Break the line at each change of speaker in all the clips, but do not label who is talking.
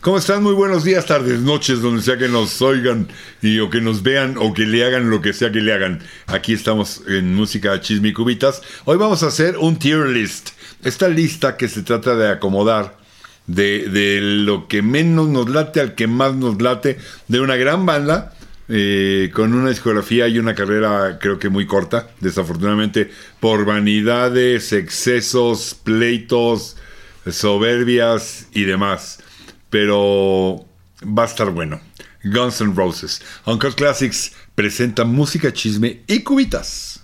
¿Cómo están? Muy buenos días, tardes, noches, donde sea que nos oigan y o que nos vean o que le hagan lo que sea que le hagan. Aquí estamos en Música Chisme y Cubitas. Hoy vamos a hacer un tier list. Esta lista que se trata de acomodar de, de lo que menos nos late al que más nos late de una gran banda. eh, con una discografía y una carrera creo que muy corta, desafortunadamente, por vanidades, excesos, pleitos, soberbias y demás. Pero va a estar bueno. Guns N' Roses. Uncle Classics presenta música, chisme y cubitas.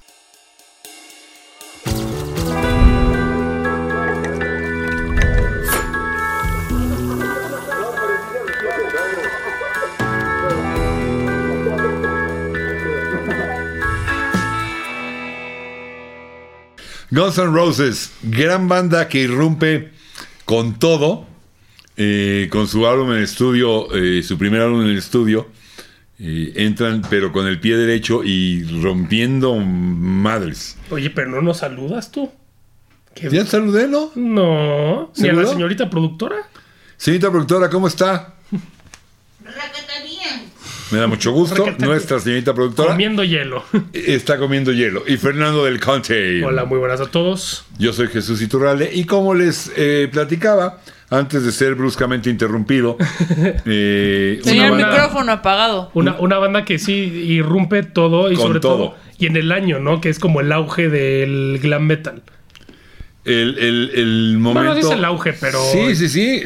Guns N' Roses, gran banda que irrumpe con todo, eh, con su álbum en el estudio, eh, su primer álbum en el estudio, eh, entran pero con el pie derecho y rompiendo madres.
Oye, pero no nos saludas tú. ¿Qué-
Ya te saludé, ¿no?
No. ¿Ni a la
¿Seguro?
señorita productora?
Señorita productora, ¿cómo está?
Raqueta bien.
Me da mucho gusto.
Porque está-
Nuestra señorita productora
Comiendo hielo.
está comiendo hielo. Y Fernando del Conte.
Hola, muy buenas a todos.
Yo soy Jesús Iturralde y como les eh, platicaba, antes de ser bruscamente interrumpido, eh,
Una
Tenía el
banda-
micrófono apagado.
Una, una banda que sí irrumpe todo y
Con
sobre todo.
todo.
Y en el año, ¿no? Que es como el auge del glam metal.
El, el, el momento.
Bueno, dice el auge, pero-
Sí, sí, sí.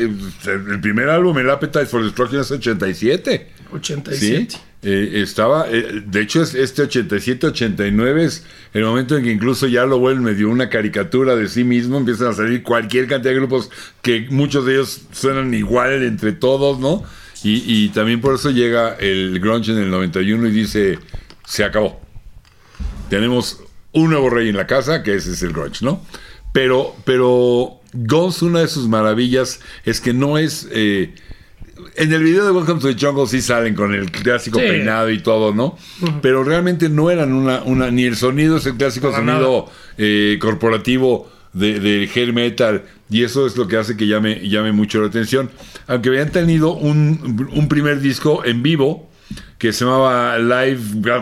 El primer álbum, El Appetite for Destruction, es 87. Sí.
87.
Eh, estaba. eh, de hecho, es- este 87-89 es el momento en que incluso ya lo vuelve medio una caricatura de sí mismo. Empiezan a salir cualquier cantidad de grupos que muchos de ellos suenan igual entre todos, ¿no? Y, y también por eso llega el Grunge en el 91 y dice: Se acabó tenemos un nuevo rey en la casa, que ese es el grunge, ¿no? Pero, pero Guns, una de sus maravillas es que no es... eh, en el video de Welcome to the Jungle sí salen con el clásico
Sí.
peinado y todo, ¿no? Pero realmente no eran una, una... Ni el sonido es el clásico
Para
sonido eh, corporativo de, del hair metal. Y eso es lo que hace que llame, llame mucho la atención. Aunque habían tenido un, un primer disco en vivo que se llamaba Live,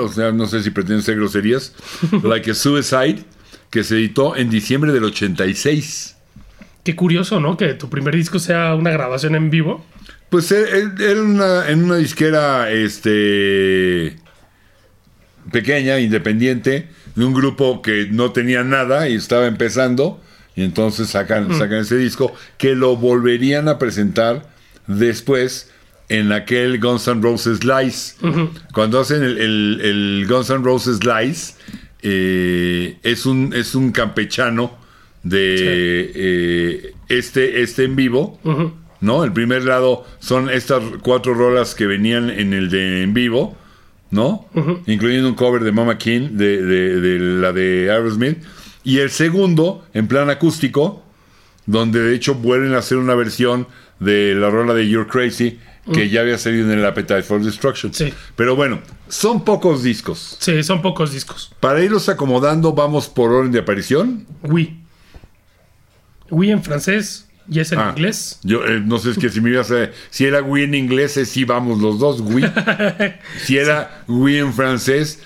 o sea, no sé si pretenden ser groserías, Like a Suicide, que se editó en diciembre del 86.
Qué curioso, ¿no? Que tu primer disco sea una grabación en vivo.
Pues e- e- era una, en una disquera este, pequeña, independiente, de un grupo que no tenía nada y estaba empezando. Y entonces sacan, sacan ese disco que lo volverían a presentar después en aquel Guns N' Roses Lies. Cuando hacen el, el- el Guns N' Roses Lies, eh, es, un, es un campechano de eh, este, este en vivo.
Ujú.
¿no? El primer lado son estas cuatro rolas que venían en el de en vivo, ¿no? Incluyendo un cover de Mama King, de, de- de la de Aerosmith. Y el segundo, en plan acústico, donde de hecho vuelven a hacer una versión de la rola de You're Crazy, que ya había salido en el Appetite for Destruction.
Sí.
Pero bueno, son pocos discos.
Sí, son pocos discos.
Para irlos acomodando, vamos por orden de aparición.
Oui. Oui en francés y es en
Ah,
inglés.
Yo eh, no sé es que si me ibas a si era Wii en inglés, es sí vamos los dos, Wii. Si era Wii en francés,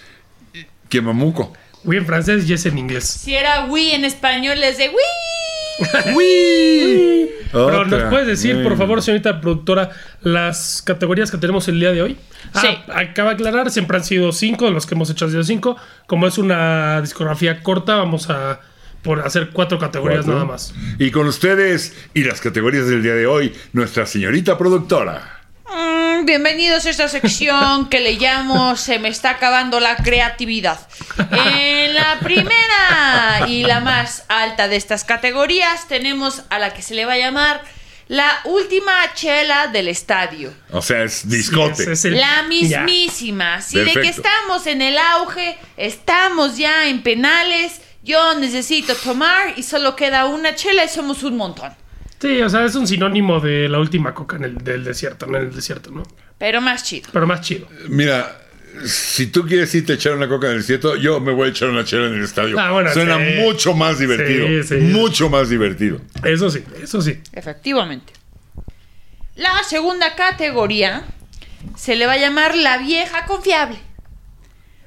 que mamuco.
Oui en francés y es en inglés.
Si era Wii en español, es de Wii.
Wii.
Pero
Otra.
nos puedes decir, por
Mm.
favor, señorita productora, las categorías que tenemos el día de hoy. Ah,
Sí.
Acaba de aclarar, siempre han sido cinco, de los que hemos hecho han sido cinco. Como es una discografía corta, vamos a por hacer cuatro categorías
Cuatro.
nada más.
Y con ustedes y las categorías del día de hoy, nuestra señorita productora.
Mm, bienvenidos a esta sección que le llamo Se me está acabando la creatividad. En la primera y la más alta de estas categorías tenemos a la que se le va a llamar la última chela del estadio.
O sea, es discote.
Sí, ese es el-
La
Ya.
mismísima. Así de que
Perfecto.
estamos en el auge, estamos ya en penales, yo necesito tomar y solo queda una chela y somos un montón.
Sí, o sea, es un sinónimo de la última coca en el del desierto, no en el desierto, ¿no?
Pero más chido.
Pero más chido.
Mira, si tú quieres irte a echar una coca en el desierto, yo me voy a echar una chela en el estadio.
Ah, bueno,
Suena
sí.
mucho más divertido.
Sí, sí.
Mucho más divertido.
Eso sí, eso sí.
Efectivamente. La segunda categoría se le va a llamar la vieja confiable.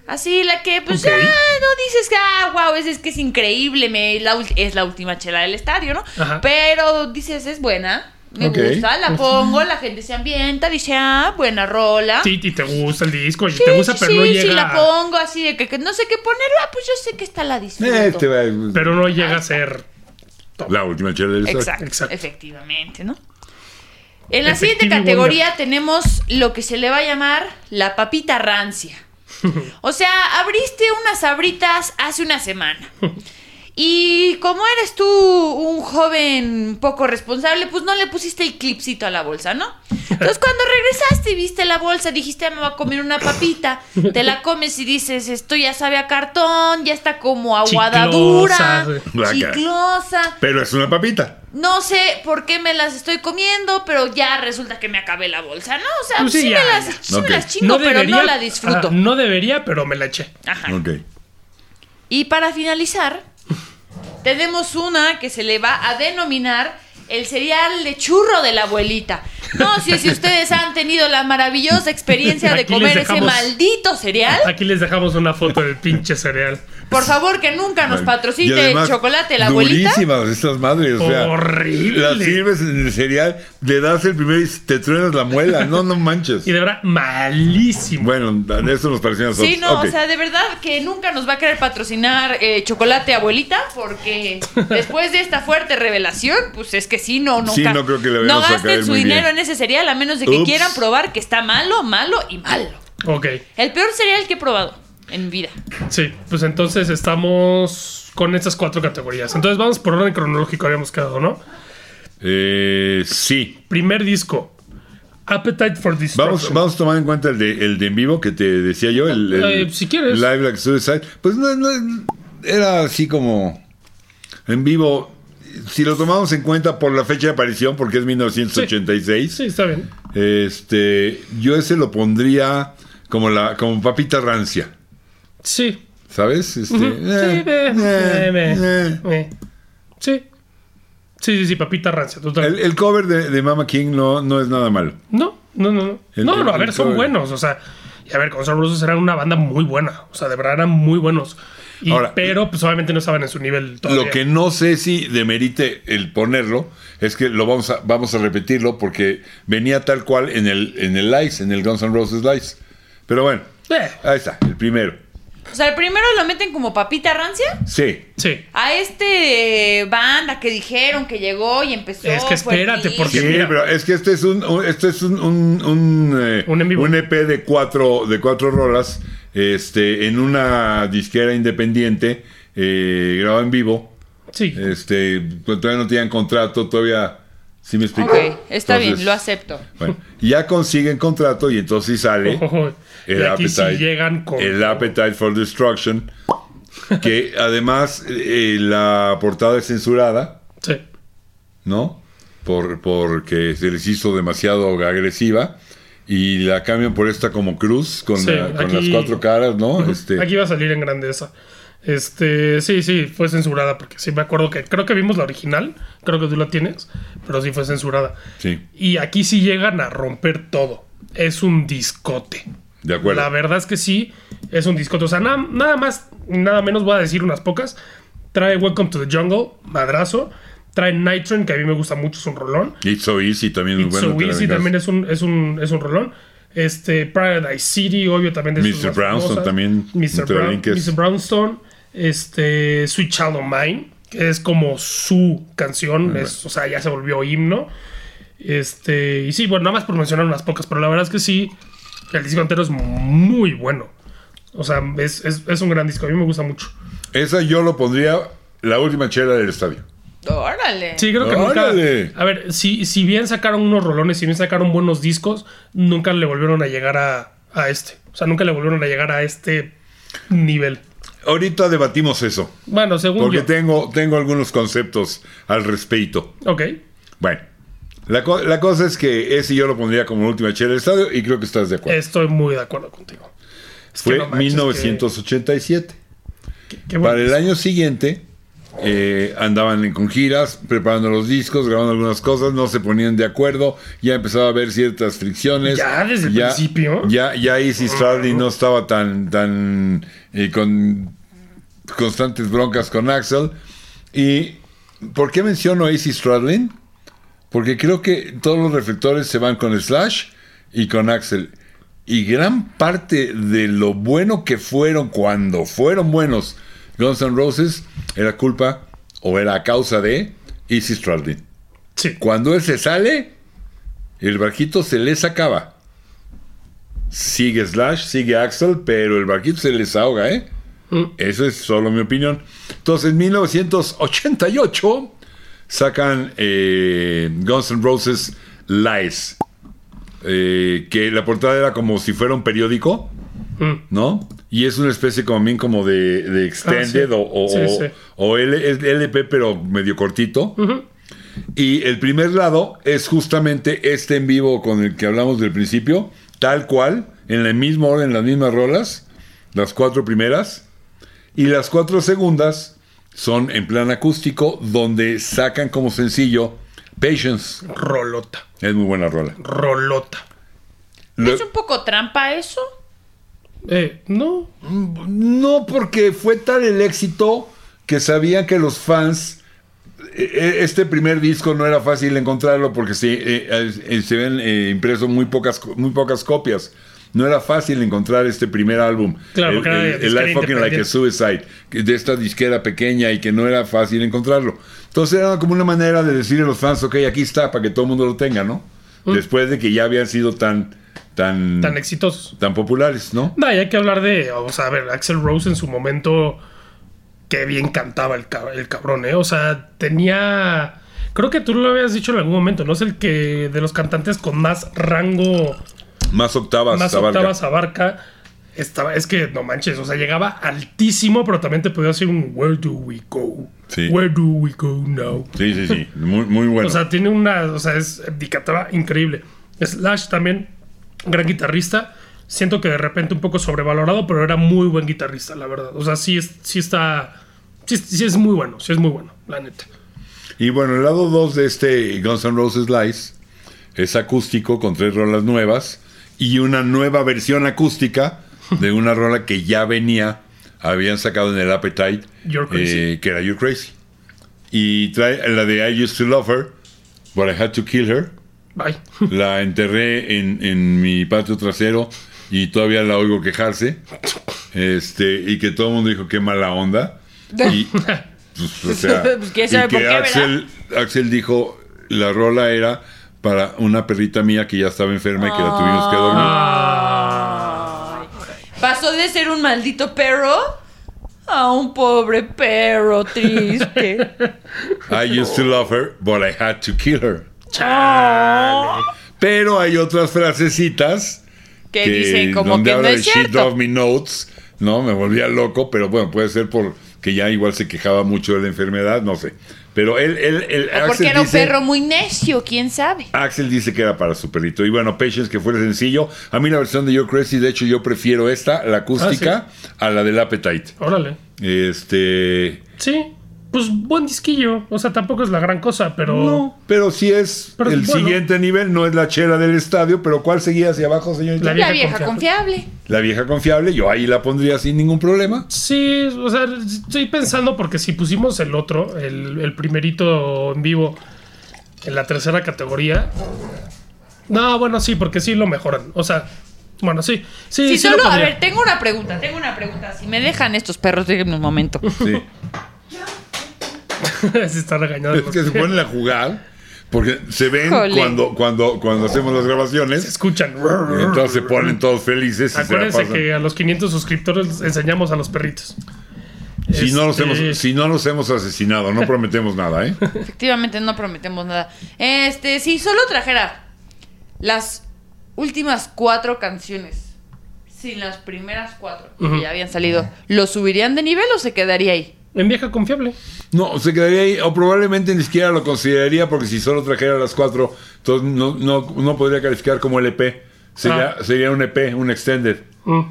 Así, la que, pues,
Ok.
ah, no dices que, ah, wow, es, es que es increíble, me, la ul- es la última chela del estadio, ¿no?
Ajá.
Pero dices, es buena, me
Ok.
gusta, la pongo, la gente se ambienta, dice, ah, buena rola.
Sí, y te gusta el disco, y
Sí,
te gusta,
sí,
pero no
sí,
llega.
sí, la pongo así de que, que no sé qué ponerla, pues yo sé que esta la disfruto.
Eh, te va-
Pero no llega a ser.
La última chela del estadio.
Exacto,
Exacto.
efectivamente, ¿no? En la
Efectivo
siguiente categoría tenemos lo que se le va a llamar la papita rancia. O sea, abriste unas sabritas hace una semana. Y como eres tú un joven poco responsable, pues no le pusiste el clipcito a la bolsa, ¿no? Entonces cuando regresaste y viste la bolsa, dijiste, "Ah, me voy a comer una papita. Te la comes y dices, esto ya sabe a cartón, ya está como aguadadura,
Chiclosa.
chiclosa.
Pero es una papita.
No sé por qué me las estoy comiendo, pero ya resulta que me acabé la bolsa, ¿no? O sea,
Pues sí,
sí,
ya,
me las,
ya.
sí me
Ok.
las chingo, pero no la disfruto.
ah, no debería, pero me la eché.
Ajá.
Ok.
Y para finalizar, tenemos una que se le va a denominar el cereal de churro de la abuelita. No sé si ustedes han tenido la maravillosa experiencia de
Aquí les
comer ese
dejamos-
maldito cereal.
Aquí les dejamos una foto del pinche cereal.
Por favor, que nunca nos
Y
patrocine el
además,
chocolate la abuelita.
Durísimas estas madres. O sea,
Horrible.
Las sirves en el cereal, le das el primero y te truenas la muela. No, no manches.
Y de verdad, malísimo.
Bueno, de eso nos parecía a nosotros.
Sí, no,
Ok.
o sea, de verdad que nunca nos va a querer patrocinar eh, chocolate abuelita, porque después de esta fuerte revelación, pues es que sí, no, no.
Sí,
ca-
no creo que le
No
vayamos a
gasten
caer
su
muy
dinero
bien.
en ese cereal a menos de que
Ups.
quieran probar que está malo, malo y malo.
Ok,
El peor cereal que he probado en mi vida.
sí. Pues entonces estamos con estas cuatro categorías. Entonces vamos por orden cronológico, habíamos quedado, ¿no?
Eh, sí.
Primer disco. Appetite for
Vamos,
Destruction.
vamos a tomar en cuenta el de, el de en vivo que te decía yo. El, el
Eh, si quieres.
Live Like Suicide. Pues no, no, era así como en vivo. Si lo tomamos en cuenta por la fecha de aparición, porque es 1986,
Sí, está bien.
este, yo ese lo pondría como la como papita rancia,
Sí.
¿sabes? Este,
Ujú.
eh,
sí, ve,
eh,
ve, ve,
eh.
ve. Sí. Sí, sí, sí, papita rancia, total.
El, el cover de, de Mama King no, no es nada malo.
No, no, no. No,
El-
no, no, a
el-
ver,
el
son
cover.
buenos. O sea, y a ver, Guns N' Roses eran una banda muy buena. O sea, de verdad eran muy buenos. Y-
Ahora-
pero, pues obviamente no estaban en su nivel todavía.
Lo que no sé si demerite el ponerlo es que lo vamos a, vamos a repetirlo porque venía tal cual en el, en el Lice, en el Guns N' Roses Lice. Pero bueno,
Eh,
ahí está, el primero.
O sea, el primero lo meten como papita rancia.
Sí.
sí.
A este eh, banda que dijeron que llegó y empezó.
Es que espérate,
fuertísimo.
Sí,
porque- mira.
pero es que este es un, un- este es un, un, un, eh,
Un en vivo.
un EP de cuatro, de cuatro rolas este, en una disquera independiente eh, grabado en vivo.
Sí.
Este, todavía no tenían contrato, todavía... ¿Sí me explico?
Ok, está
Entonces,
bien, lo acepto.
Bueno, ya consiguen contrato y entonces sí sale
Ojo, y
Eh, el
aquí sí
Appetite,
llegan con.
el Appetite for Destruction, que además eh, la portada es censurada,
Sí.
¿no? Por, porque se les hizo demasiado agresiva y la cambian por esta como cruz con,
Sí,
la- con las
aquí-
cuatro caras, ¿no? Este,
Aquí va a salir en grandeza. Este, sí, sí, fue censurada porque sí me acuerdo que creo que vimos la original, creo que tú la tienes, pero sí fue censurada.
Sí,
Y aquí sí llegan a romper todo. Es un discote.
de acuerdo.
La verdad es que sí, es un discote. O sea, nada, nada más, nada menos voy a decir unas pocas. Trae Welcome to the Jungle, madrazo. Trae Nitron, que a mí me gusta mucho, es un rolón.
It's So Easy también es
It's
bueno.
So
te la
Easy
vengas.
también es un, es un, es un rolón. Este, Paradise City, obvio, también de sus
Mr.
más
Brownstone
famosas.
también,
Mr.
no te
Brown-
brinques.
Mr. Brownstone. Este, Sweet Child O' Mine, que es como su canción. es- o sea, ya se volvió himno. Este, y sí, bueno, nada más por mencionar unas pocas, pero la verdad es que sí, el disco entero es muy bueno. O sea, es, es- es un gran disco, a mí me gusta mucho.
Esa yo lo pondría la última chela del estadio.
Órale.
Sí, creo que nunca.
¡Órale!
A ver, si, si bien sacaron unos rolones, si bien sacaron buenos discos, nunca le volvieron a llegar a, a este. O sea, nunca le volvieron a llegar a este nivel.
Ahorita debatimos eso.
Bueno, según
Porque
yo.
tengo, tengo algunos conceptos al respecto.
Ok.
Bueno, la, co- la cosa es que ese yo lo pondría como última chela del estadio y creo que estás de acuerdo.
Estoy muy de acuerdo contigo. Es que
Fue
no manches, que-
1987.
que- que bueno.
Para el año siguiente eh, andaban en- con giras, preparando los discos, grabando algunas cosas, no se ponían de acuerdo, ya empezaba a haber ciertas fricciones.
Ya, desde el principio.
Ya, ya Izzy Stradley no estaba tan, tan eh, con constantes broncas con Axel. ¿Y por qué menciono a Izzy Stradlin? Porque creo que todos los reflectores se van con Slash y con Axel. Y gran parte de lo bueno que fueron cuando fueron buenos Guns N' Roses era culpa o era a causa de Izzy Stradlin.
Sí.
Cuando él se sale, el barquito se les acaba. Sigue Slash, sigue Axel, pero el barquito se les ahoga, ¿eh? Eso es solo mi opinión. Entonces, en 1988 sacan eh, Guns N' Roses Lies, eh, que la portada era como si fuera un periódico,
Mm.
¿no? Y es una especie como bien como de, de extended
Ah, sí.
o, o-
Sí, sí.
o L- LP, pero medio cortito.
Ujú.
Y el primer lado es justamente este en vivo con el que hablamos del principio, tal cual, en el mismo orden, las mismas rolas, las cuatro primeras. Y las cuatro segundas son en plan acústico, donde sacan como sencillo Patience.
Rolota.
Es muy buena rola.
Rolota.
Lo-
¿Es un poco trampa eso?
Eh, no.
No, porque fue tal el éxito que sabían que los fans. e- e- Este primer disco no era fácil encontrarlo porque se, eh, eh, se ven eh, impreso muy pocas, co- muy pocas copias. No era fácil encontrar este primer álbum.
Claro,
el,
porque era
el-
de
el
disquera
Life Fucking Like a
independiente.
Suicide, que- de esta disquera pequeña y que no era fácil encontrarlo. Entonces era como una manera de decirle a los fans, ok, aquí está, para que todo el mundo lo tenga, ¿no? Después de que ya habían sido tan, tan,
Mm. Tan exitosos.
tan populares, ¿no?
No, y hay que hablar de. O sea, a ver, Axel Rose en su momento. Qué bien cantaba el, cab- el cabrón, ¿eh? O sea, tenía. Creo que tú lo habías dicho en algún momento, ¿no? Es el que de los cantantes con más rango,
Más octavas.
más
abarca.
octavas abarca. Estaba, es que no manches, o sea, llegaba altísimo, pero también te podía hacer un Where do we go?
Sí.
Where do we go now?
Sí, sí, sí. Muy, muy bueno.
O sea, tiene una. O sea, es dicataba increíble. Slash también, gran guitarrista. Siento que de repente un poco sobrevalorado, pero era muy buen guitarrista, la verdad. O sea, sí, es, sí está. Sí, es- sí es muy bueno, sí es muy bueno, la neta.
y bueno, el lado 2 de este Guns N' Roses Lies es acústico con tres rolas nuevas y una nueva versión acústica de una rola que ya venía, habían sacado en el Appetite,
You're Crazy.
eh, que era You're Crazy. Y trae la de I Used to Love Her, But I Had to Kill Her.
Bye.
La enterré en, en mi patio trasero y todavía la oigo quejarse. Este, y que todo el mundo dijo qué mala onda. Y, pues, o sea,
Pues, ¿quién sabe
y que
por qué, verdad?
Axel, Axel dijo, la rola era para una perrita mía que ya estaba enferma y que la tuvimos que dormir.
Ah,
Pasó de ser un maldito perro a un pobre perro triste. Ah.
I used to love her, but I had to kill her.
Chale.
Pero hay otras frasecitas
que dicen como
donde
que no
habla
es
de She
cierto.
Drove Me Notes, ¿no? Me volvía loco, pero bueno, puede ser por que ya igual se quejaba mucho de la enfermedad, no sé. Pero él, él, él
O
Axel
Ah, porque era un
dice-
perro muy necio, quién sabe.
Axel dice que era para su perrito. Y bueno, Patience, que fue el sencillo. A mí la versión de Yo Crazy, de hecho, yo prefiero esta, la acústica,
Ah,
a la del Appetite.
Órale.
Este.
Sí, pues buen disquillo. O sea, tampoco es la gran cosa, pero.
No, pero sí es
Pero es
el
bueno.
siguiente nivel, no es la chela del estadio, pero ¿cuál seguía hacia abajo, señorita?
La vieja
La vieja, confiable.
La vieja confiable, yo ahí la pondría sin ningún problema.
Sí, o sea, estoy pensando porque si pusimos el otro, el, el primerito en vivo, en la tercera categoría. No, bueno, sí, porque sí lo mejoran. O sea, bueno, sí. Sí,
Si
sí lo
solo, a
pondría.
ver, tengo una pregunta, tengo una pregunta. Si me dejan estos perros, déjenme un momento.
Sí.
Sí está regañado.
Es que se ponen a jugar porque se ven
Jolín.
cuando, cuando, cuando hacemos las
Se
grabaciones.
escuchan.
Y entonces se ponen todos felices y se la
Acuérdense
pasan.
que a los 500 suscriptores enseñamos a los perritos.
Si no, los
Este,
hemos, si no los hemos asesinado, no prometemos nada, ¿eh?
Efectivamente, no prometemos nada. Este, si solo trajera las últimas cuatro canciones, sin las primeras cuatro
Ujú.
que ya habían salido, ¿lo subirían de nivel o se quedaría ahí?
En vieja confiable.
No, se quedaría ahí, o probablemente ni siquiera lo consideraría, porque si solo trajera las cuatro, entonces
Ah.
no, no, no podría calificar como LP. Sería, sería un EP, un E extended.
Mm.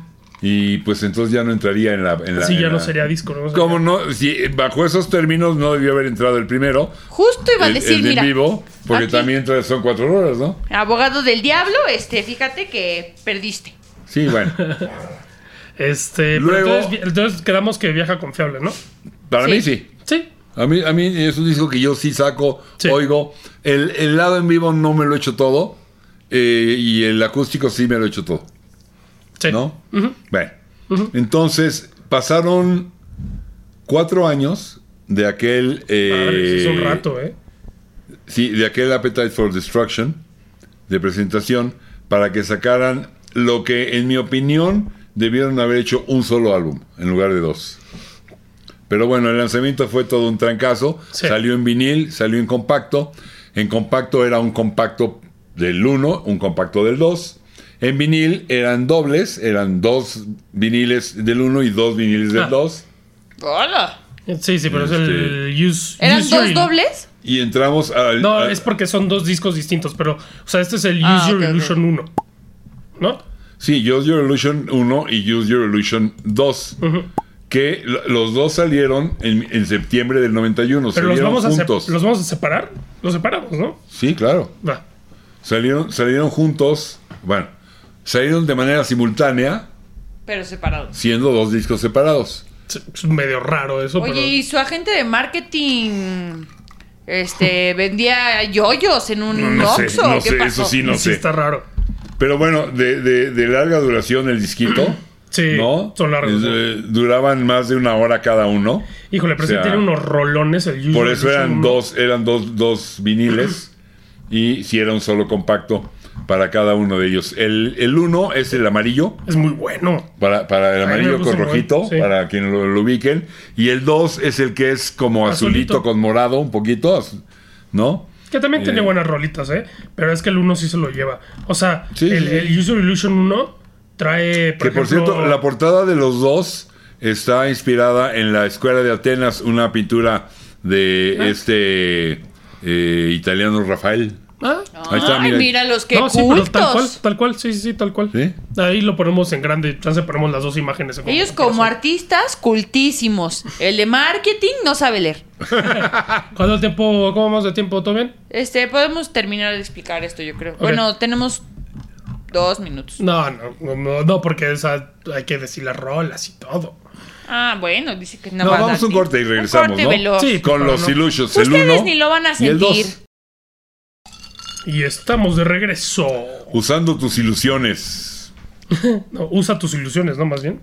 Y pues entonces ya no entraría en la. En la-
Sí,
en
ya
la-
no sería disco, ¿no?
¿Cómo no? Si, bajo esos términos no debió haber entrado el primero.
Justo iba a
el,
decir,
el de
mira.
en vivo, porque
aquí,
también tra- son cuatro horas, ¿no?
Abogado del diablo, este, fíjate que perdiste.
Sí, bueno.
Este, pero
Luego-
entonces, vi- entonces quedamos que viaja confiable, ¿no?
Para
Sí.
mí sí.
Sí.
A mí, a mí es un disco que yo sí saco,
Sí.
oigo. El, el lado en vivo no me lo he hecho todo. eh, y el acústico sí me lo he hecho todo.
Sí.
¿No? Bueno. Entonces, pasaron cuatro años de aquel.
Madre, sí es un
eh,
rato, ¿eh?
Sí, de aquel Appetite for Destruction de presentación para que sacaran lo que, en mi opinión, debieron haber hecho un solo álbum en lugar de dos. Pero bueno, el lanzamiento fue todo un trancazo.
Sí.
Salió en vinil, salió en compacto. En compacto era un compacto del 1, un compacto del 2. En vinil eran dobles, eran dos viniles del 1 y dos viniles
Ah.
del 2.
¡Hola!
Sí, sí, pero es
este,
el use.
¿Eran
use
dos
Your-
dobles?
Y entramos al...
No,
al-
es porque son dos discos distintos, pero, o sea, este es el Use
Ah,
Your
ok, ok.
Illusion 1, ¿no?
Sí, Use Your Illusion 1 y Use Your Illusion 2. Que lo- los dos salieron en, en septiembre del 91.
Pero los
salieron
vamos, a sep-
juntos.
los vamos a separar. Los separamos, ¿no?
Sí, claro.
Va.
Salieron, salieron juntos. Bueno, salieron de manera simultánea,
Pero separados.
siendo dos discos separados.
Es es medio raro eso,
Oye,
pero.
¿y su agente de marketing este, vendía yoyos en un Oxxo?
no
¿Qué
sé,
pasó?
eso sí, no
sí
sé.
está raro.
Pero bueno, de, de- de larga duración el disquito.
Sí,
¿no?
son
Es,
largos,
eh, duraban más de una hora cada uno.
Híjole, pero
O sea,
sí tiene unos rolones el Use
Por
Your
eso eran
Illusion 1.
dos, eran dos, dos viniles y si era un solo compacto para cada uno de ellos. El, el uno es el amarillo,
Es muy bueno.
para, para el
Ay, me
amarillo
gusta
con
un buen,
rojito,
sí.
para quien lo, lo ubiquen. Y el dos es el que es como azulito,
Azulito.
con morado, un poquito, az- ¿no?
Que también tiene
Eh.
buenas rolitas, ¿eh? Pero es que el 1 sí se lo lleva. O sea,
Sí,
el,
sí, sí.
el Use Your Illusion 1 trae.
que por cierto, la portada de los dos está inspirada en la Escuela de Atenas, una pintura de este eh, italiano Rafael.
Ah,
Ahí está,
Ay,
mira.
mira los que
no, sí, pero
cultos.
tal cual, tal cual, sí, sí, sí, tal cual.
¿Sí?
Ahí lo ponemos en grande, chance ponemos las dos imágenes. en
Ellos como
comparación.
artistas cultísimos. El de marketing no sabe leer.
¿Cuánto tiempo, cómo vamos de tiempo, todo bien?
Este, podemos terminar de explicar esto, yo creo.
Ok.
Bueno, tenemos dos minutos.
No, no, no, no, no, porque esa, hay que decir las rolas y todo.
Ah, bueno, dice que nada
No,
más
vamos
da
un
tiempo.
corte y regresamos,
corte
¿no?
veloz.
Sí,
Con
pero
los
no.
Illusions, el
Ustedes
uno
ni lo van a
y el dos.
sentir.
Y estamos de regreso.
Usando tus ilusiones.
No, usa tus ilusiones, ¿no? Más bien.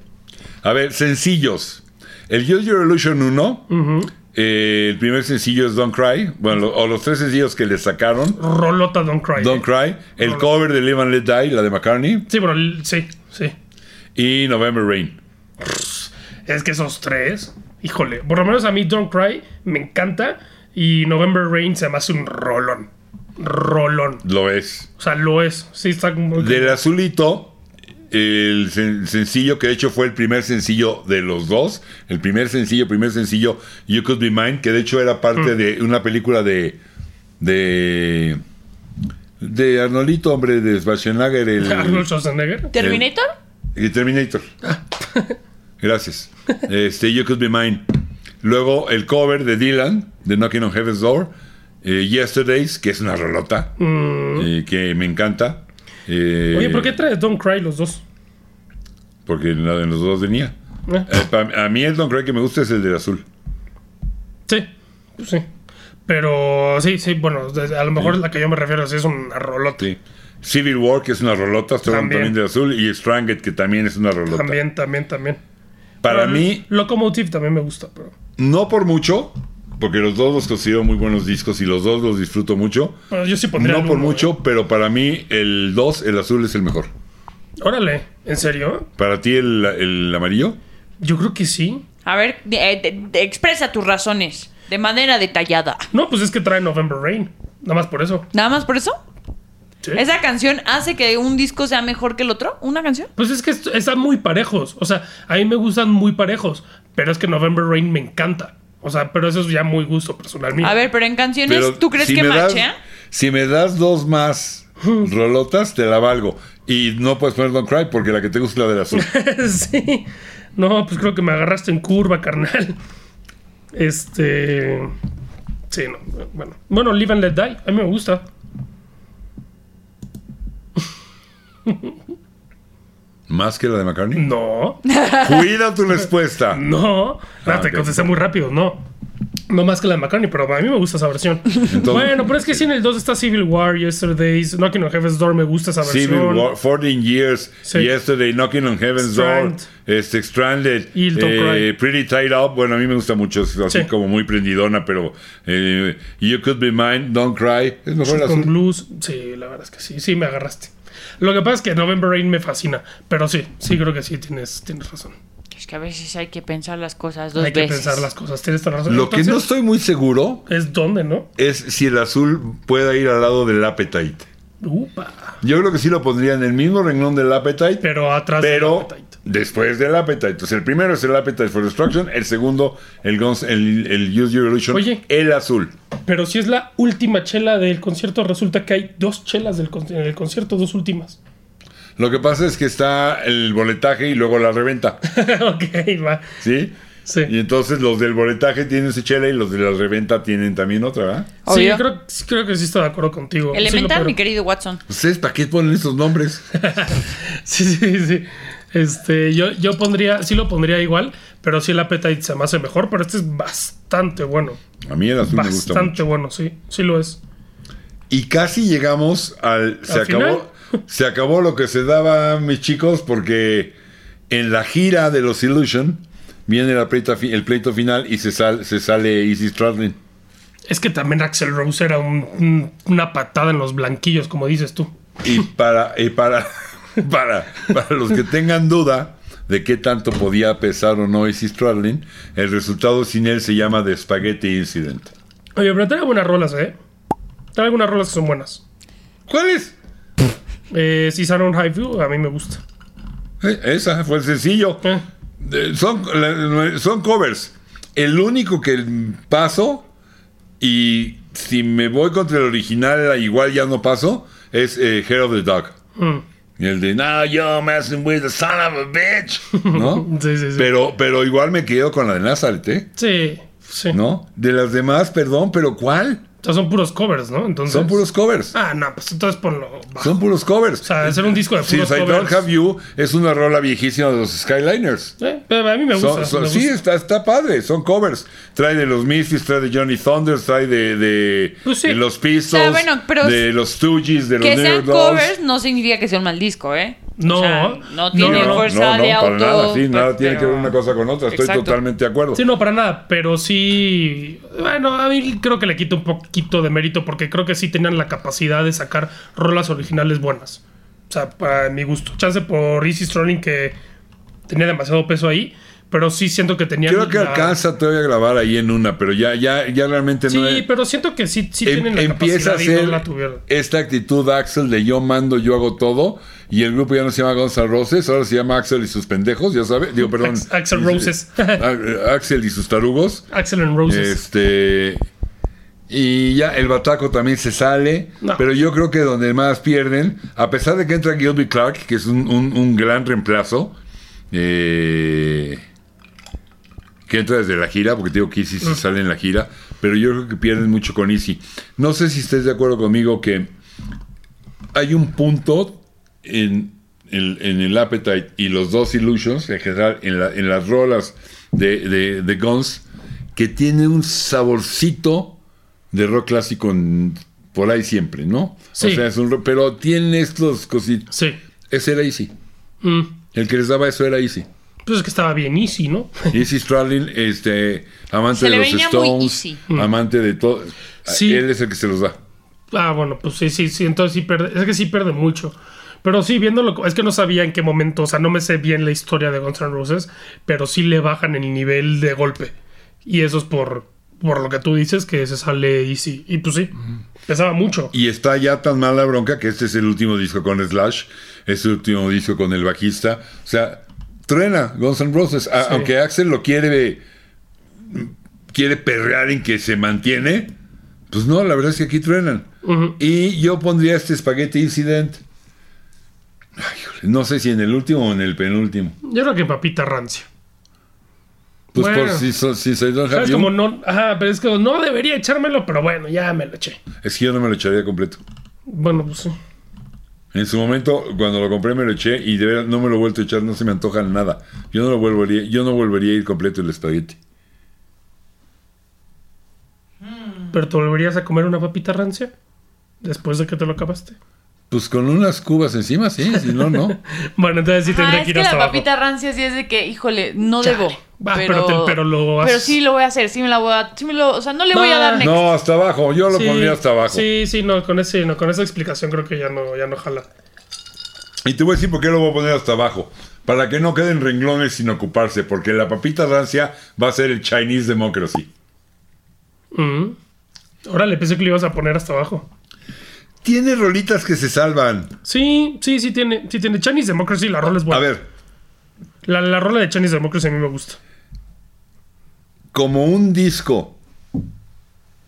A ver, sencillos. El Use Your Illusion 1,
Ujú.
eh, el primer sencillo es Don't Cry. Bueno, lo- o los tres sencillos que le sacaron.
Rolota Don't Cry.
Don't Cry, el cover de Live and Let Die, la de McCartney,
Sí, pero el- sí, sí.
y November Rain.
Es que esos tres, híjole, por lo menos a mí Don't Cry me encanta y November Rain se me hace un rolón. Rolón.
Lo es.
O sea, lo es. Sí, está como...
Del azulito, el sen- sencillo que de hecho fue el primer sencillo de los dos. El primer sencillo, primer sencillo, You Could Be Mine, que de hecho era parte
Mm.
de una película de. de. de Arnolito, hombre, de Schwarzenegger, el.
Arnold Schwarzenegger.
¿Terminator?
Y Terminator. Gracias. Este, You Could Be Mine. Luego el cover de Dylan, de Knocking on Heaven's Door. eh, Yesterdays, que es una rolota, eh, que me encanta. Eh,
Mm. Oye, ¿por qué traes Don't Cry los dos?
Porque en, la- en los dos venía.
Eh,
Eh, pa- a mí el Don't Cry que me gusta es el del azul.
Sí, pues sí. Pero sí, sí, bueno, de- a lo mejor la que yo me refiero sí es una rolota.
Sí. Civil War, que es una rolota, estoy hablando
También.
también del azul. Y Stranded, que también es una rolota.
También, también, también.
Para
Pero
mí,
Locomotive también me gusta, pero...
no por mucho, porque los dos los considero muy buenos discos y los dos los disfruto mucho.
Bueno, yo sí pondría
No
el
por
uno,
mucho, pero para mí el 2, el azul es el mejor.
eh. Órale, ¿en serio?
¿Para ti el, el amarillo?
Yo creo que sí.
A ver, de- de- de- expresa tus razones de manera detallada.
No, pues es que trae November Rain. Nada más por eso.
¿Nada más por eso?
Sí.
¿Esa canción hace que un disco sea mejor que el otro? ¿Una canción?
Pues es que est- están muy parejos. O sea, a mí me gustan muy parejos. Pero es que November Rain me encanta. O sea, pero eso es ya muy gusto personal mío.
A ver, pero en canciones,
Pero
¿tú crees
si
que
me das-
machea?
Si me das dos más rolotas, te la valgo. Y no puedes poner Don't Cry porque la que te gusta es la del azul.
sí. No, pues creo que me agarraste en curva, carnal. Este. Sí, no. Bueno, bueno Live and Let Die. A mí me gusta.
¿Más que la de McCartney?
No,
Cuida tu respuesta.
no.
Ah,
no, te
ok.
contesté muy rápido, no. No más que la de McCartney, pero a mí me gusta esa versión. bueno, pero es que sí, en el 2 está Civil War, Yesterday's, Knocking on Heaven's Door, me gusta esa versión.
Civil War, 14 Years,
Sí.
Yesterday, Knocking on Heaven's
Strand.
Door, este, Stranded,
Y el Don't
eh, Pretty Tied Up. Bueno, a mí me gusta mucho, es así
Sí.
como muy prendidona, pero eh, You Could Be Mine, Don't Cry. Es mejor el
Con
azul.
blues, sí, la verdad es que sí, sí me agarraste. Lo que pasa es que November Rain me fascina, pero sí, sí creo que sí tienes, tienes razón.
Es que a veces hay que pensar las cosas dos
Hay que
veces.
pensar las cosas, tienes toda la razón.
Lo que no
Entonces,
estoy muy seguro
es dónde, ¿no?
es si el azul pueda ir al lado del Appetite.
Upa.
Yo creo que sí lo pondría en el mismo renglón del Appetite,
Pero atrás del
Pero
Appetite.
después del Appetite. Entonces, el primero es el Appetite for Destruction. El segundo, el, Guns, el, el Use Your Illusion.
Oye.
El azul.
Pero si es la última chela del concierto, resulta que hay dos chelas del con- en el concierto, dos últimas.
Lo que pasa es que está el boletaje y luego la reventa.
ok, va.
¿Sí?
Sí.
Y entonces los del boletaje tienen su chela y los de la reventa tienen también otra, ¿verdad?
Sí,
Obvio.
creo, sí, creo que sí estoy de acuerdo contigo. Sí,
Elemental,
lo
mi
creo.
querido Watson.
¿Ustedes Pues para qué ponen esos nombres?
Sí, sí, sí. Este, yo, yo pondría, sí lo pondría igual, pero sí el Appetite se me hace mejor, pero este es bastante bueno.
A mí el azul me gusta mucho.
Bastante bueno, sí. Sí lo es.
Y casi llegamos al. Se
¿Al
acabó. Se acabó lo que se daba, mis chicos, porque en la gira de los Illusion viene la pleita fi- el pleito final y se, sal- se sale Easy Stradlin.
Es que también Axel Rose era un- un- una patada en los blanquillos, como dices tú.
Y para, y para, para, para los que tengan duda de qué tanto podía pesar o no Easy Stradlin, el resultado sin él se llama The Spaghetti Incident.
Oye, pero trae buenas rolas, ¿eh? Trae algunas rolas que son buenas.
¿Cuál es?
Eh, Season on High View, a mí me gusta.
Eh, Esa fue el sencillo.
Eh,
Eh, Son, la- son covers. El único que paso, y si me voy contra el original, igual ya no paso, es eh, Hair of the Dog.
mm,
Y el de Now you're messing with the son of a bitch. ¿No?
Sí, sí, sí.
Pero, pero igual me quedo con la de Nazareth, ¿eh?
sí, sí.
¿No? De las demás, perdón, pero ¿cuál?
O sea, son puros covers, ¿no? Entonces.
Son puros covers.
Ah, no, pues entonces ponlo. bajo.
Son puros covers.
O sea, hacer un disco de puros
Since I
covers.
Don't Have You es una rola viejísima de los Skyliners.
Eh, pero a mí me
Son-
gusta.
son-
me
sí, está,
gusta.
está padre, son covers. Trae de los Misfits, trae de Johnny Thunders, trae de, de,
Pues sí.
de los Pistols,
O sea, bueno, pero
de los Stooges, de los
Que
New
sean
Dolls.
covers no significa que sea un mal disco, ¿eh?
No.
O sea,
No,
no tiene
no,
fuerza
no, no,
de
para
auto.
nada, sí, nada
pues,
tiene que
pero-
ver una cosa con otra, estoy
Exacto.
totalmente de acuerdo.
Sí, no, para nada, pero sí. Bueno, a mí creo que le quito un poquito de mérito porque creo que sí tenían la capacidad de sacar rolas originales buenas. O sea, para mi gusto. Chance por Easy Strolling que tenía demasiado peso ahí, pero sí siento que tenía.
Creo que
la-
alcanza todavía a grabar ahí en una, pero ya, ya, ya realmente no
Sí,
es-
pero siento que sí, sí
em-
tienen la
empieza a
capacidad y
ser
no la tuvieron.
esta actitud de Axel de yo mando, yo hago todo, y el grupo ya no se llama Guns N' Roses, ahora se llama Axel y sus pendejos, ya sabes, digo, perdón.
Ax- Axl Roses.
A- Axel y sus tarugos.
Axel and Roses.
Este. Y ya el Bataco también se sale.
No.
Pero yo creo que donde más pierden, a pesar de que entra Gilby Clark, que es un, un- un gran reemplazo, eh, que entra desde la gira, porque te digo que Easy
Mm.
se sale en la gira, pero yo creo que pierden mucho con Easy. No sé si estés de acuerdo conmigo que hay un punto en, el- en el Appetite y los dos Illusions, en general, en, la- en las rolas de, de- de Guns, que tiene un saborcito de rock clásico en- por ahí siempre, ¿no?
Sí.
O sea, es un rock- pero tiene estos cositos.
Sí.
Ese era Easy.
Mm.
El que les daba eso era Easy.
Pues es que estaba bien easy, ¿no?
Easy Stradlin, este, amante
Se
de
le
los
venía muy
Stones,
Easy.
amante de todo.
Sí.
Él es el que se los da.
Ah, bueno, pues sí, sí, sí, entonces sí pierde, es que sí pierde mucho. Pero sí, viéndolo, co- es que no sabía en qué momento, o sea, no me sé bien la historia de Guns N' Roses, pero sí le bajan el nivel de golpe. Y eso es por, por lo que tú dices, que se sale Easy. Y pues sí, pesaba mucho.
Y está ya tan mala bronca que este es el último disco con Slash, es el último disco con el bajista. O sea, truena Guns N' Roses. A-
Sí.
Aunque Axel lo quiere, quiere perrear en que se mantiene, pues no, la verdad es que aquí truenan.
Ujú.
Y yo pondría este Spaghetti Incident. No sé si en el último o en el penúltimo.
Yo creo que papita rancia.
Pues
Bueno.
por si, so- si soy Don
¿Sabes?
Javier.
Como no. Ajá, pero es que no debería echármelo, pero bueno, ya me lo eché.
Es que yo no me lo echaría completo.
Bueno, pues sí.
En su momento, cuando lo compré, me lo eché y de verdad no me lo he vuelto a echar, no se me antoja nada. Yo no lo volvería, yo no volvería a ir completo el espagueti.
Ah.
¿Pero te volverías a comer una papita rancia? Después de que te lo acabaste.
Pues con unas cubas encima, sí, si no, no.
Bueno, entonces sí
Ah,
tendría
es
que
que
ir
la
hasta abajo.
papita rancia sí es de que, híjole, no
Chale.
debo.
Va,
pero,
pero te- pero lo
pero
haces.
sí lo voy a hacer, sí me la voy a. sí me lo- o sea, no le voy a dar
No,
next.
No, hasta abajo, yo lo pondría hasta abajo.
Sí, sí, no, con ese, no, con esa explicación creo que ya no, ya no jala.
Y te voy a decir por qué lo voy a poner hasta abajo. Para que no queden renglones sin ocuparse, porque la papita rancia va a ser el Chinese Democracy.
Mm. Órale, pensé que lo ibas a poner hasta abajo.
Tiene rolitas que se salvan.
Sí, sí, sí tiene, sí tiene Chinese Democracy, la rola es buena.
A ver,
La, la rola de Chinese Democracy a mí me gusta.
como un disco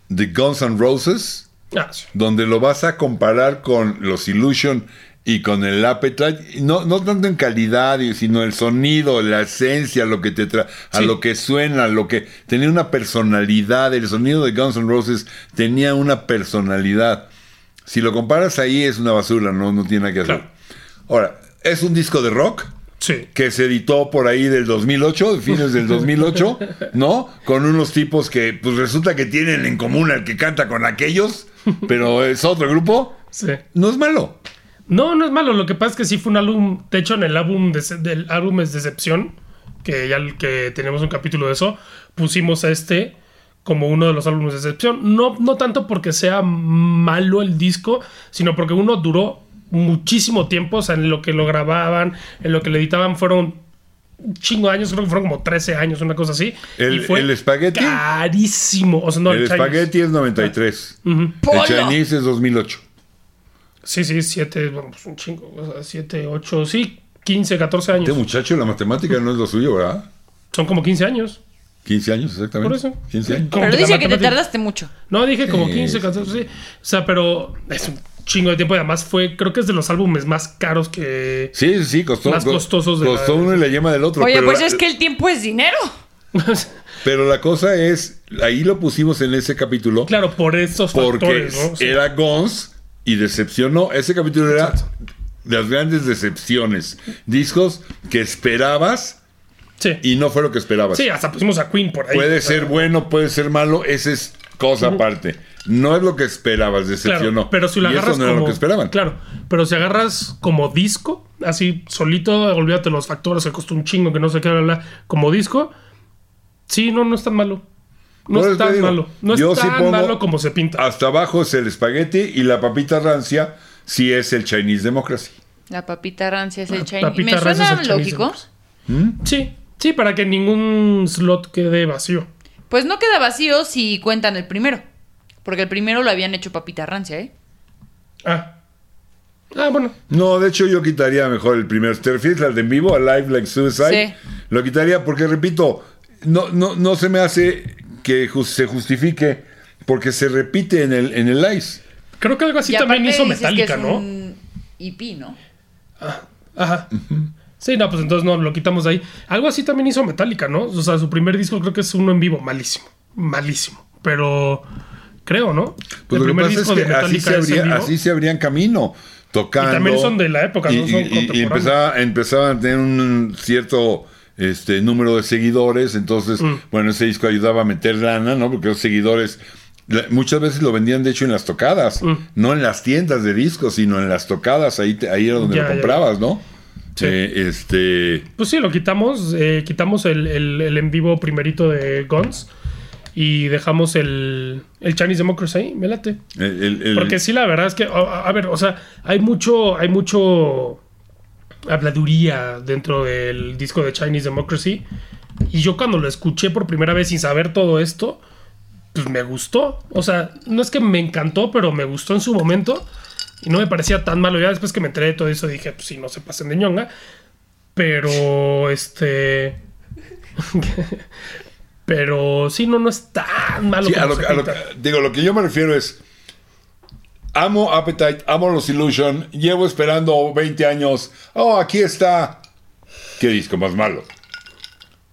de Guns N' Roses,
Ah, sí.
donde lo vas a comparar con los Illusion y con el Appetite, y no, no tanto en calidad, y- sino el sonido, la esencia, lo que te tra- a
Sí.
lo que suena, lo que tenía una personalidad, el sonido de Guns N' Roses tenía una personalidad. Si lo comparas ahí es una basura, no, no tiene nada que hacer.
Claro.
Ahora, es un disco de rock
Sí.
que se editó por ahí del 2008, de fines del 2008, ¿no? Con unos tipos que pues resulta que tienen en común al que canta con aquellos, pero es otro grupo.
Sí.
No es malo.
No, no es malo. Lo que pasa es que sí fue un álbum. De hecho, en el álbum de- del álbum es Decepción, que ya el- que tenemos un capítulo de eso, pusimos a este como uno de los álbumes de Decepción. No, no tanto porque sea malo el disco, sino porque uno duró muchísimo tiempo. O sea, en lo que lo grababan, en lo que lo editaban, fueron un chingo de años. Creo que fueron como 13 años, una cosa así.
El-
y fue
el espagueti.
Carísimo. O sea, no,
el
Chinese.
espagueti es 93.
Ujú.
El
¡Polo!
Chinese es 2008.
Sí, sí, 7, bueno, pues un chingo, o sea, 7, 8, sí, 15, 14 años.
Este muchacho, la matemática no es lo suyo, ¿verdad?
Son como 15 años,
15 años, exactamente.
por eso.
15 años.
Como
pero
la
dice que te
matemática-
tardaste mucho.
No, dije como
Sí,
15,
sí.
14, sí. O sea, pero es un chingo de tiempo y además fue, creo que es de los álbumes más caros que...
Sí, sí, sí, costó.
Más
co-
costosos de la-
Costó uno y la yema del otro.
Oye,
pero
pues
la-
eh,
es que el tiempo es dinero.
Pero la cosa es, ahí lo pusimos en ese capítulo.
claro, por esos
porque
factores, ¿no? Sí.
era Guns y decepcionó. Ese capítulo era las grandes decepciones. Discos que esperabas
Sí.
y no fue lo que esperabas.
Sí, hasta pusimos a Queen por ahí.
puede ser bueno, puede ser malo, esa es cosa aparte. No es lo que esperabas,
Claro,
decepcionó.
pero si lo
Y eso
agarras
no
como,
era lo que esperaban.
Claro, pero si agarras como disco, así solito, olvídate los factores, que costó un chingo, que no sé qué, bla, bla, como disco, sí, no, no es tan malo. No
Por eso
es
te
tan
digo,
malo. No
yo
es
sí
tan
pongo
malo como se pinta.
Hasta abajo es el espagueti y la papita rancia si es el Chinese Democracy.
La papita rancia es el Chinese.
Ah, papita
¿Me
rancia es
suena
el Chinese
lógico?
Democracy.
¿Mm?
Sí, sí, para que ningún slot quede vacío.
Pues no queda vacío si cuentan el primero. Porque el primero lo habían hecho papita rancia, ¿eh?
Ah. Ah, bueno.
No, de hecho yo quitaría mejor el primer. ¿Te refieres al de en vivo, a Live Like Suicide?
Sí.
Lo quitaría porque, repito, no, no, no se me hace que ju- se justifique porque se repite en el, en el Live.
Creo que algo así
Y
también
aparte
hizo
dices que
Metallica,
es
¿no?
un EP, ¿no?
Ajá. Sí, no, pues entonces no, lo quitamos de ahí. Algo así también hizo Metallica, ¿no? O sea, su primer disco creo que es uno en vivo, malísimo. Malísimo. Pero creo, ¿no?
Pues
el
lo que
primer
pasa es
disco de
que así
Metallica
se,
es en
abría,
vivo.
así se abrían camino, tocando.
Y también son de la época,
y,
no son
y- y- y
contemporáneos.
empezaba- empezaban a tener un cierto este, número de seguidores, entonces,
Mm.
bueno, ese disco ayudaba a meter lana, ¿no? Porque los seguidores la- muchas veces lo vendían, de hecho, en las tocadas,
Mm.
no en las tiendas de discos, sino en las tocadas, ahí, te- ahí era donde
Ya,
lo
ya, ya.
comprabas, ¿no?
Sí.
Eh, este,
Pues sí, lo quitamos. eh, quitamos el, el- el en vivo primerito de Guns. Y dejamos el, el Chinese Democracy ahí. Me late.
el- el- el-
Porque sí, la verdad es que, a, a- a ver, o sea, hay mucho, hay mucho habladuría dentro del disco de Chinese Democracy. Y yo cuando lo escuché por primera vez sin saber todo esto, pues me gustó. O sea, no es que me encantó, pero me gustó en su momento. Y no me parecía tan malo. Ya después que me enteré de todo eso dije, pues si no se pasen de ñonga. Pero, este... pero sí, no, no es tan malo.
Sí, a
como
lo
se
que- a lo
pinta.
que- digo, lo que yo me refiero es Amo Appetite, amo Los Illusion, llevo esperando 20 años. Oh, aquí está. Qué disco más malo.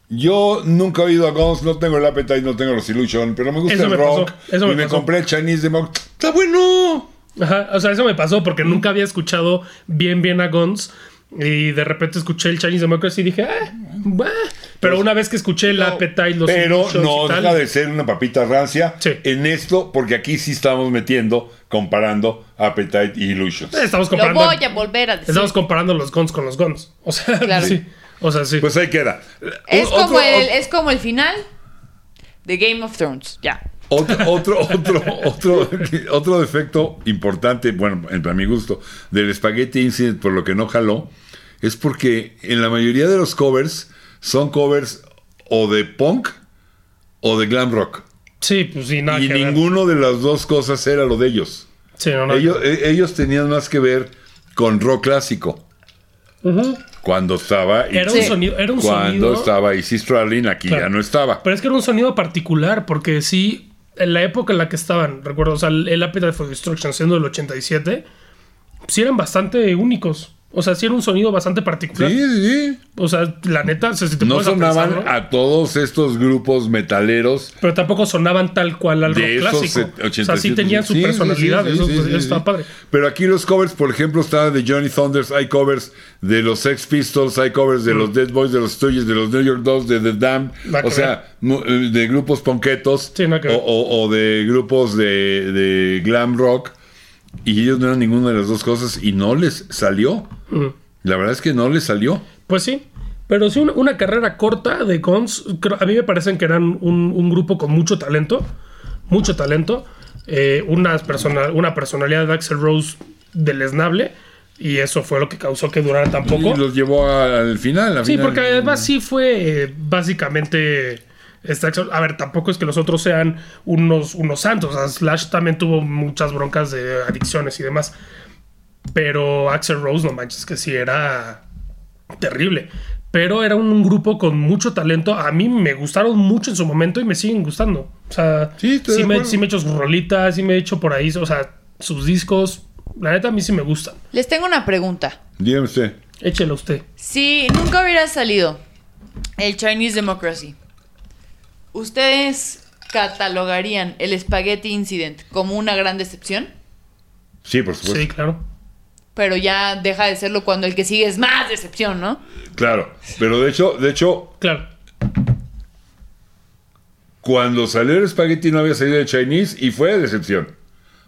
Yo nunca he oído a Guns, no tengo el Appetite, no tengo Los Illusion, pero me gusta
Eso
el
me
rock.
pasó, eso me
y me
pasó.
compré el Chinese Democracy. ¡Está bueno!
Ajá, o sea, eso me pasó porque nunca había escuchado bien, bien a Guns. Y de repente escuché el Chinese Democracy y dije, ah, bah. Pero una vez que escuché el Appetite, los
Pues, pero
Illusions
no
y tal,
deja de ser una papita rancia
Sí.
en esto, porque aquí sí estamos metiendo, comparando Appetite y Illusions.
eh, Estamos
Lo
comparando,
voy a volver a decir.
estamos comparando los Guns con los Guns. O sea,
Claro.
sí. O sea, sí.
Pues ahí queda.
Es,
O-
como
otro-
el, es como el final de Game of Thrones. Ya.
Otro, otro, otro, otro, otro defecto importante, bueno, en- a mi gusto, del Spaghetti Incident, por lo que no jaló, es porque en la mayoría de los covers son covers o de punk o de glam rock.
sí, pues sí, nada
y
que ver.
ninguno de las dos cosas era lo de ellos.
Sí, no, no.
Ellos, e- ellos tenían más que ver con rock clásico.
Ujú.
Cuando estaba.
Era
un
sonido- era un
cuando
sonido-
estaba Izzy Stradlin, aquí
Claro.
ya no estaba.
Pero es que era un sonido particular, porque sí, en la época en la que estaban, recuerdo, o sea, el el Appetite for Destruction siendo del 87, sí eran bastante únicos. O sea, sí era un sonido bastante particular.
Sí, sí, sí.
O sea, la neta, o sea, si te
No
pones a
sonaban
pensarlo,
a todos estos grupos metaleros.
pero tampoco sonaban tal cual al
De
rock
esos
clásico.
set- 87.
o sea, sí tenían su
Sí, sí,
personalidad,
sí,
eso,
sí,
pues,
sí,
eso
sí.
estaba padre.
Pero aquí los covers, por ejemplo, está de Johnny Thunders, hay covers de los Sex Pistols, hay covers de los Dead Boys, de los Stooges, de los New York Dolls, de The Damned,
Mm. Nada que
o sea, mu- eh, de grupos ponquetos
Sí, nada que
o,
ver.
o- o de grupos de, de glam rock y ellos no eran ninguna de las dos cosas y no les salió.
Mm.
La verdad es que no les salió.
Pues sí. Pero sí, una, una carrera corta de Guns. creo- A mí me parecen que eran un, un grupo con mucho talento. Mucho talento. eh, unas persona- una personalidad de Axel Rose deleznable. Y eso fue lo que causó que durara tan poco.
Y los llevó a- al final. al
Sí,
final.
porque además sí fue eh, básicamente. este, Axl- a ver, tampoco es que los otros sean unos, unos santos. o sea, Slash también tuvo muchas broncas de adicciones y demás. Pero Axel Rose, no manches, que sí era terrible. Pero era un, un grupo con mucho talento. A mí me gustaron mucho en su momento y me siguen gustando. O sea,
Sí, estoy de
me,
acuerdo.
sí me he hecho sus rolitas, sí me he hecho por ahí. O sea, sus discos. La neta, a mí sí me gustan.
Les tengo una pregunta.
Dígame usted.
Échelo usted.
Si nunca hubiera salido el Chinese Democracy, ¿ustedes catalogarían el Spaghetti Incident como una gran decepción?
Sí, por supuesto.
Sí, claro.
Pero ya deja de serlo cuando el que sigue es más decepción, ¿no?
Claro. Pero de hecho, de hecho,
Claro.
cuando salió el Spaghetti no había salido el Chinese y fue decepción.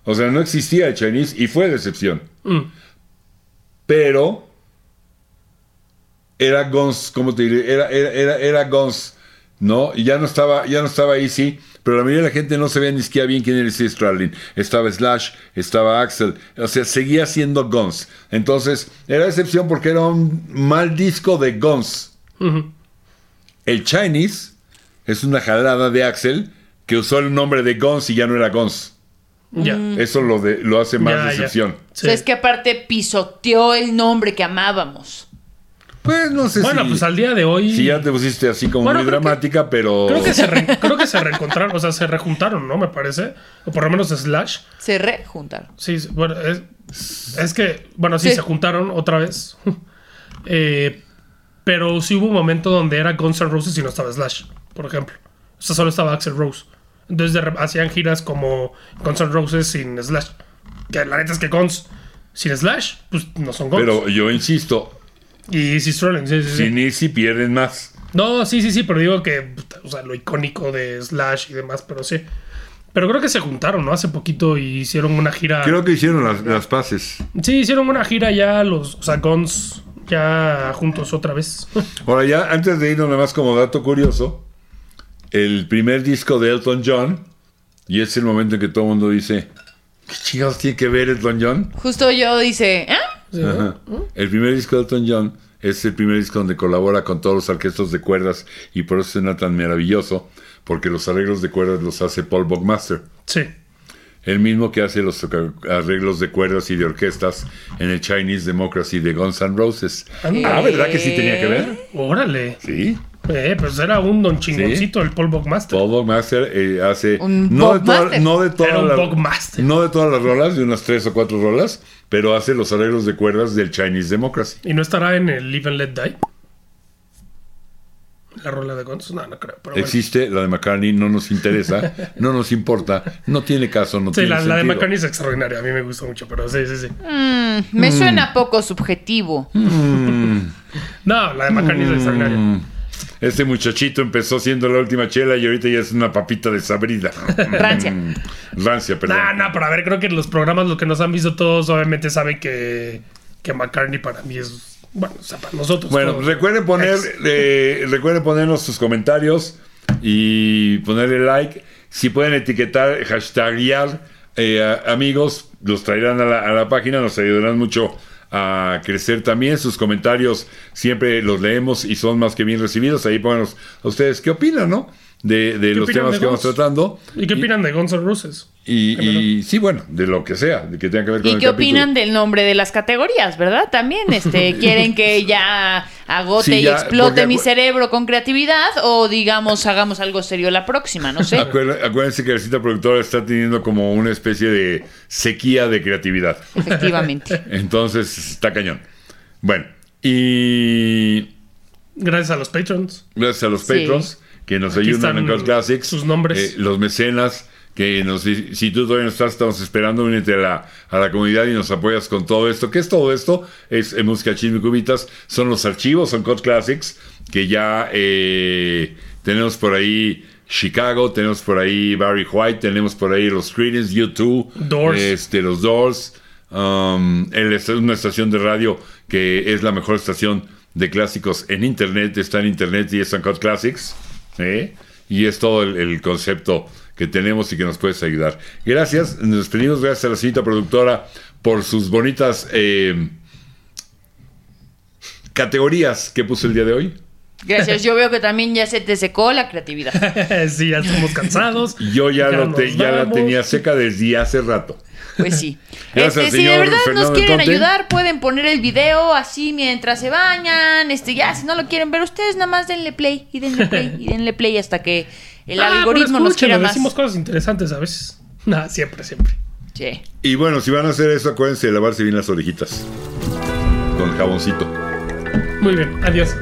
O sea, no existía el Chinese y fue decepción.
Mm.
Pero era Guns, ¿cómo te diré? Era, era, era, era Guns, ¿no? Y ya no estaba, ya no estaba Easy, pero la mayoría de la gente no sabía ni siquiera bien quién era Easy Stradlin. Estaba Slash, estaba Axel, o sea, seguía siendo Guns. Entonces, era excepción porque era un mal disco de Guns.
Ujú.
El Chinese es una jalada de Axel que usó el nombre de Guns y ya no era Guns.
Ya.
Eso lo, de, lo hace más
Ya, ya.
decepción.
Sí.
O sea, es que aparte pisoteó el nombre que amábamos.
Pues no sé
Bueno,
si,
pues al día de hoy.
si ya te pusiste así como
Bueno,
muy
creo que-
dramática, pero...
creo, que se re- creo que se reencontraron, o sea, se rejuntaron, ¿no? Me parece. O por lo menos Slash.
Se rejuntaron.
Sí, sí, bueno, es, es que, bueno, sí,
Sí.
se juntaron otra vez. Eh, pero sí hubo un momento donde era Guns N' Roses y no estaba Slash, por ejemplo. O sea, solo estaba Axel Rose. Entonces de re- hacían giras como Guns N' Roses sin Slash. Que la neta es que Guns sin Slash, pues no son Guns.
Pero yo insisto,
y Easy Strolling, sí, sí, sí.
sin Easy pierden más.
No, sí, sí, sí, pero digo que, puta, o sea, lo icónico de Slash y demás, pero sí. Pero creo que se juntaron, ¿no? Hace poquito y hicieron una gira.
Creo que hicieron las, las paces.
Sí, hicieron una gira ya los, o sea, Guns ya juntos otra vez.
Ahora ya, antes de irnos nada más como dato curioso, el primer disco de Elton John, y es el momento en que todo el mundo dice, ¿qué chingados tiene que ver Elton John?
Justo yo dice, ¿ah?
Sí, ¿no?
Ajá. El primer disco de Elton John es el primer disco donde colabora con todos los orquestos de cuerdas y por eso suena tan maravilloso, porque los arreglos de cuerdas los hace Paul Buckmaster,
Sí.
el mismo que hace los toca- arreglos de cuerdas y de orquestas en el Chinese Democracy de Guns N' Roses.
Anda.
Ah, ¿verdad que sí tenía que ver?
Órale.
Sí.
Eh, pues era un don chingoncito el Paul Buckmaster.
Paul Buckmaster eh, hace
Un
no de, toda-
Buckmaster.
no de todas
Era un
las-
Buckmaster.
no de todas las rolas, de unas tres o cuatro rolas, pero hace los arreglos de cuerdas del Chinese Democracy.
¿Y no estará en el Live and Let Die? La rola de Guns. No, no creo. Pero bueno.
Existe la de McCartney, no nos interesa, no nos importa, no tiene caso, no
Sí,
tiene
la, la de
sentido.
McCartney es extraordinaria. A mí me gusta mucho, pero sí, sí, sí.
Mm, me suena poco subjetivo.
No, la de McCartney es extraordinaria.
Mm, Este muchachito empezó siendo la última chela y ahorita ya es una papita desabrida.
Rancia.
Rancia, perdón.
No, no, pero a ver, creo que los programas, los que nos han visto todos, obviamente saben que, que McCartney para mí es. Bueno, o sea, para nosotros.
Bueno,
todos.
recuerden poner,
Pues Ex.
eh, recuerden ponernos sus comentarios y ponerle like. Si pueden etiquetar, hashtaguear eh, a- amigos, los traerán a la, a la página, nos ayudarán mucho a crecer también. Sus comentarios siempre los leemos y son más que bien recibidos. Ahí pónganos a ustedes qué opinan, ¿no? De, de los
opinan
temas
de
que vamos
Guns?
tratando.
¿Y qué opinan de Guns N' Roses?
Y, y- sí, bueno, de lo que sea, de que tenga que ver con
¿Y
el
qué
capítulo.
opinan del nombre de las categorías, verdad? También este, quieren que ya agote
Sí,
y
ya,
explote
porque
mi
acu-
cerebro con creatividad o digamos hagamos algo serio la próxima, no sé.
Acuérdense, acuérdense que la cita productora está teniendo como una especie de sequía de creatividad.
Efectivamente.
Entonces está cañón. Bueno, y
Gracias a los patrons.
gracias a los
Sí.
patrons que nos
Aquí
ayudan en
están
Cult Classics.
sus nombres.
eh, los mecenas que nos di- si tú todavía no estás, estamos esperando, únete a la, a la comunidad y nos apoyas con todo esto. ¿Qué es todo esto? Es eh, música chisme y cubitas, son los archivos, son Cult Classics, que ya eh, tenemos por ahí Chicago, tenemos por ahí Barry White, tenemos por ahí los Creedence, U2,
Doors.
este, los Doors, um, el est- una estación de radio que es la mejor estación de clásicos en internet, está en internet y es Uncut Classics, ¿eh? y es todo el, el concepto que tenemos y que nos puedes ayudar. Gracias, nos pedimos gracias a la señorita productora por sus bonitas eh, categorías que puso el día de hoy.
Gracias. Yo veo que también ya se te secó la creatividad.
sí, ya estamos cansados.
Yo ya, lo
nos
te- ya la
vamos.
tenía seca desde hace rato.
Pues sí.
Gracias,
Este, si de
señor
verdad nos
Fernando
quieren
Conte.
ayudar, pueden poner el video así mientras se bañan. Este, ya, si no lo quieren ver ustedes, nada más denle play y denle play y denle play hasta que el
Ah, pero
algoritmo nos
escúchenlo,
quiera más.
decimos cosas interesantes a veces. Nah, siempre, siempre.
Sí.
Y bueno, si van a hacer eso, acuérdense de lavarse bien las orejitas. Con jaboncito.
Muy bien, adiós.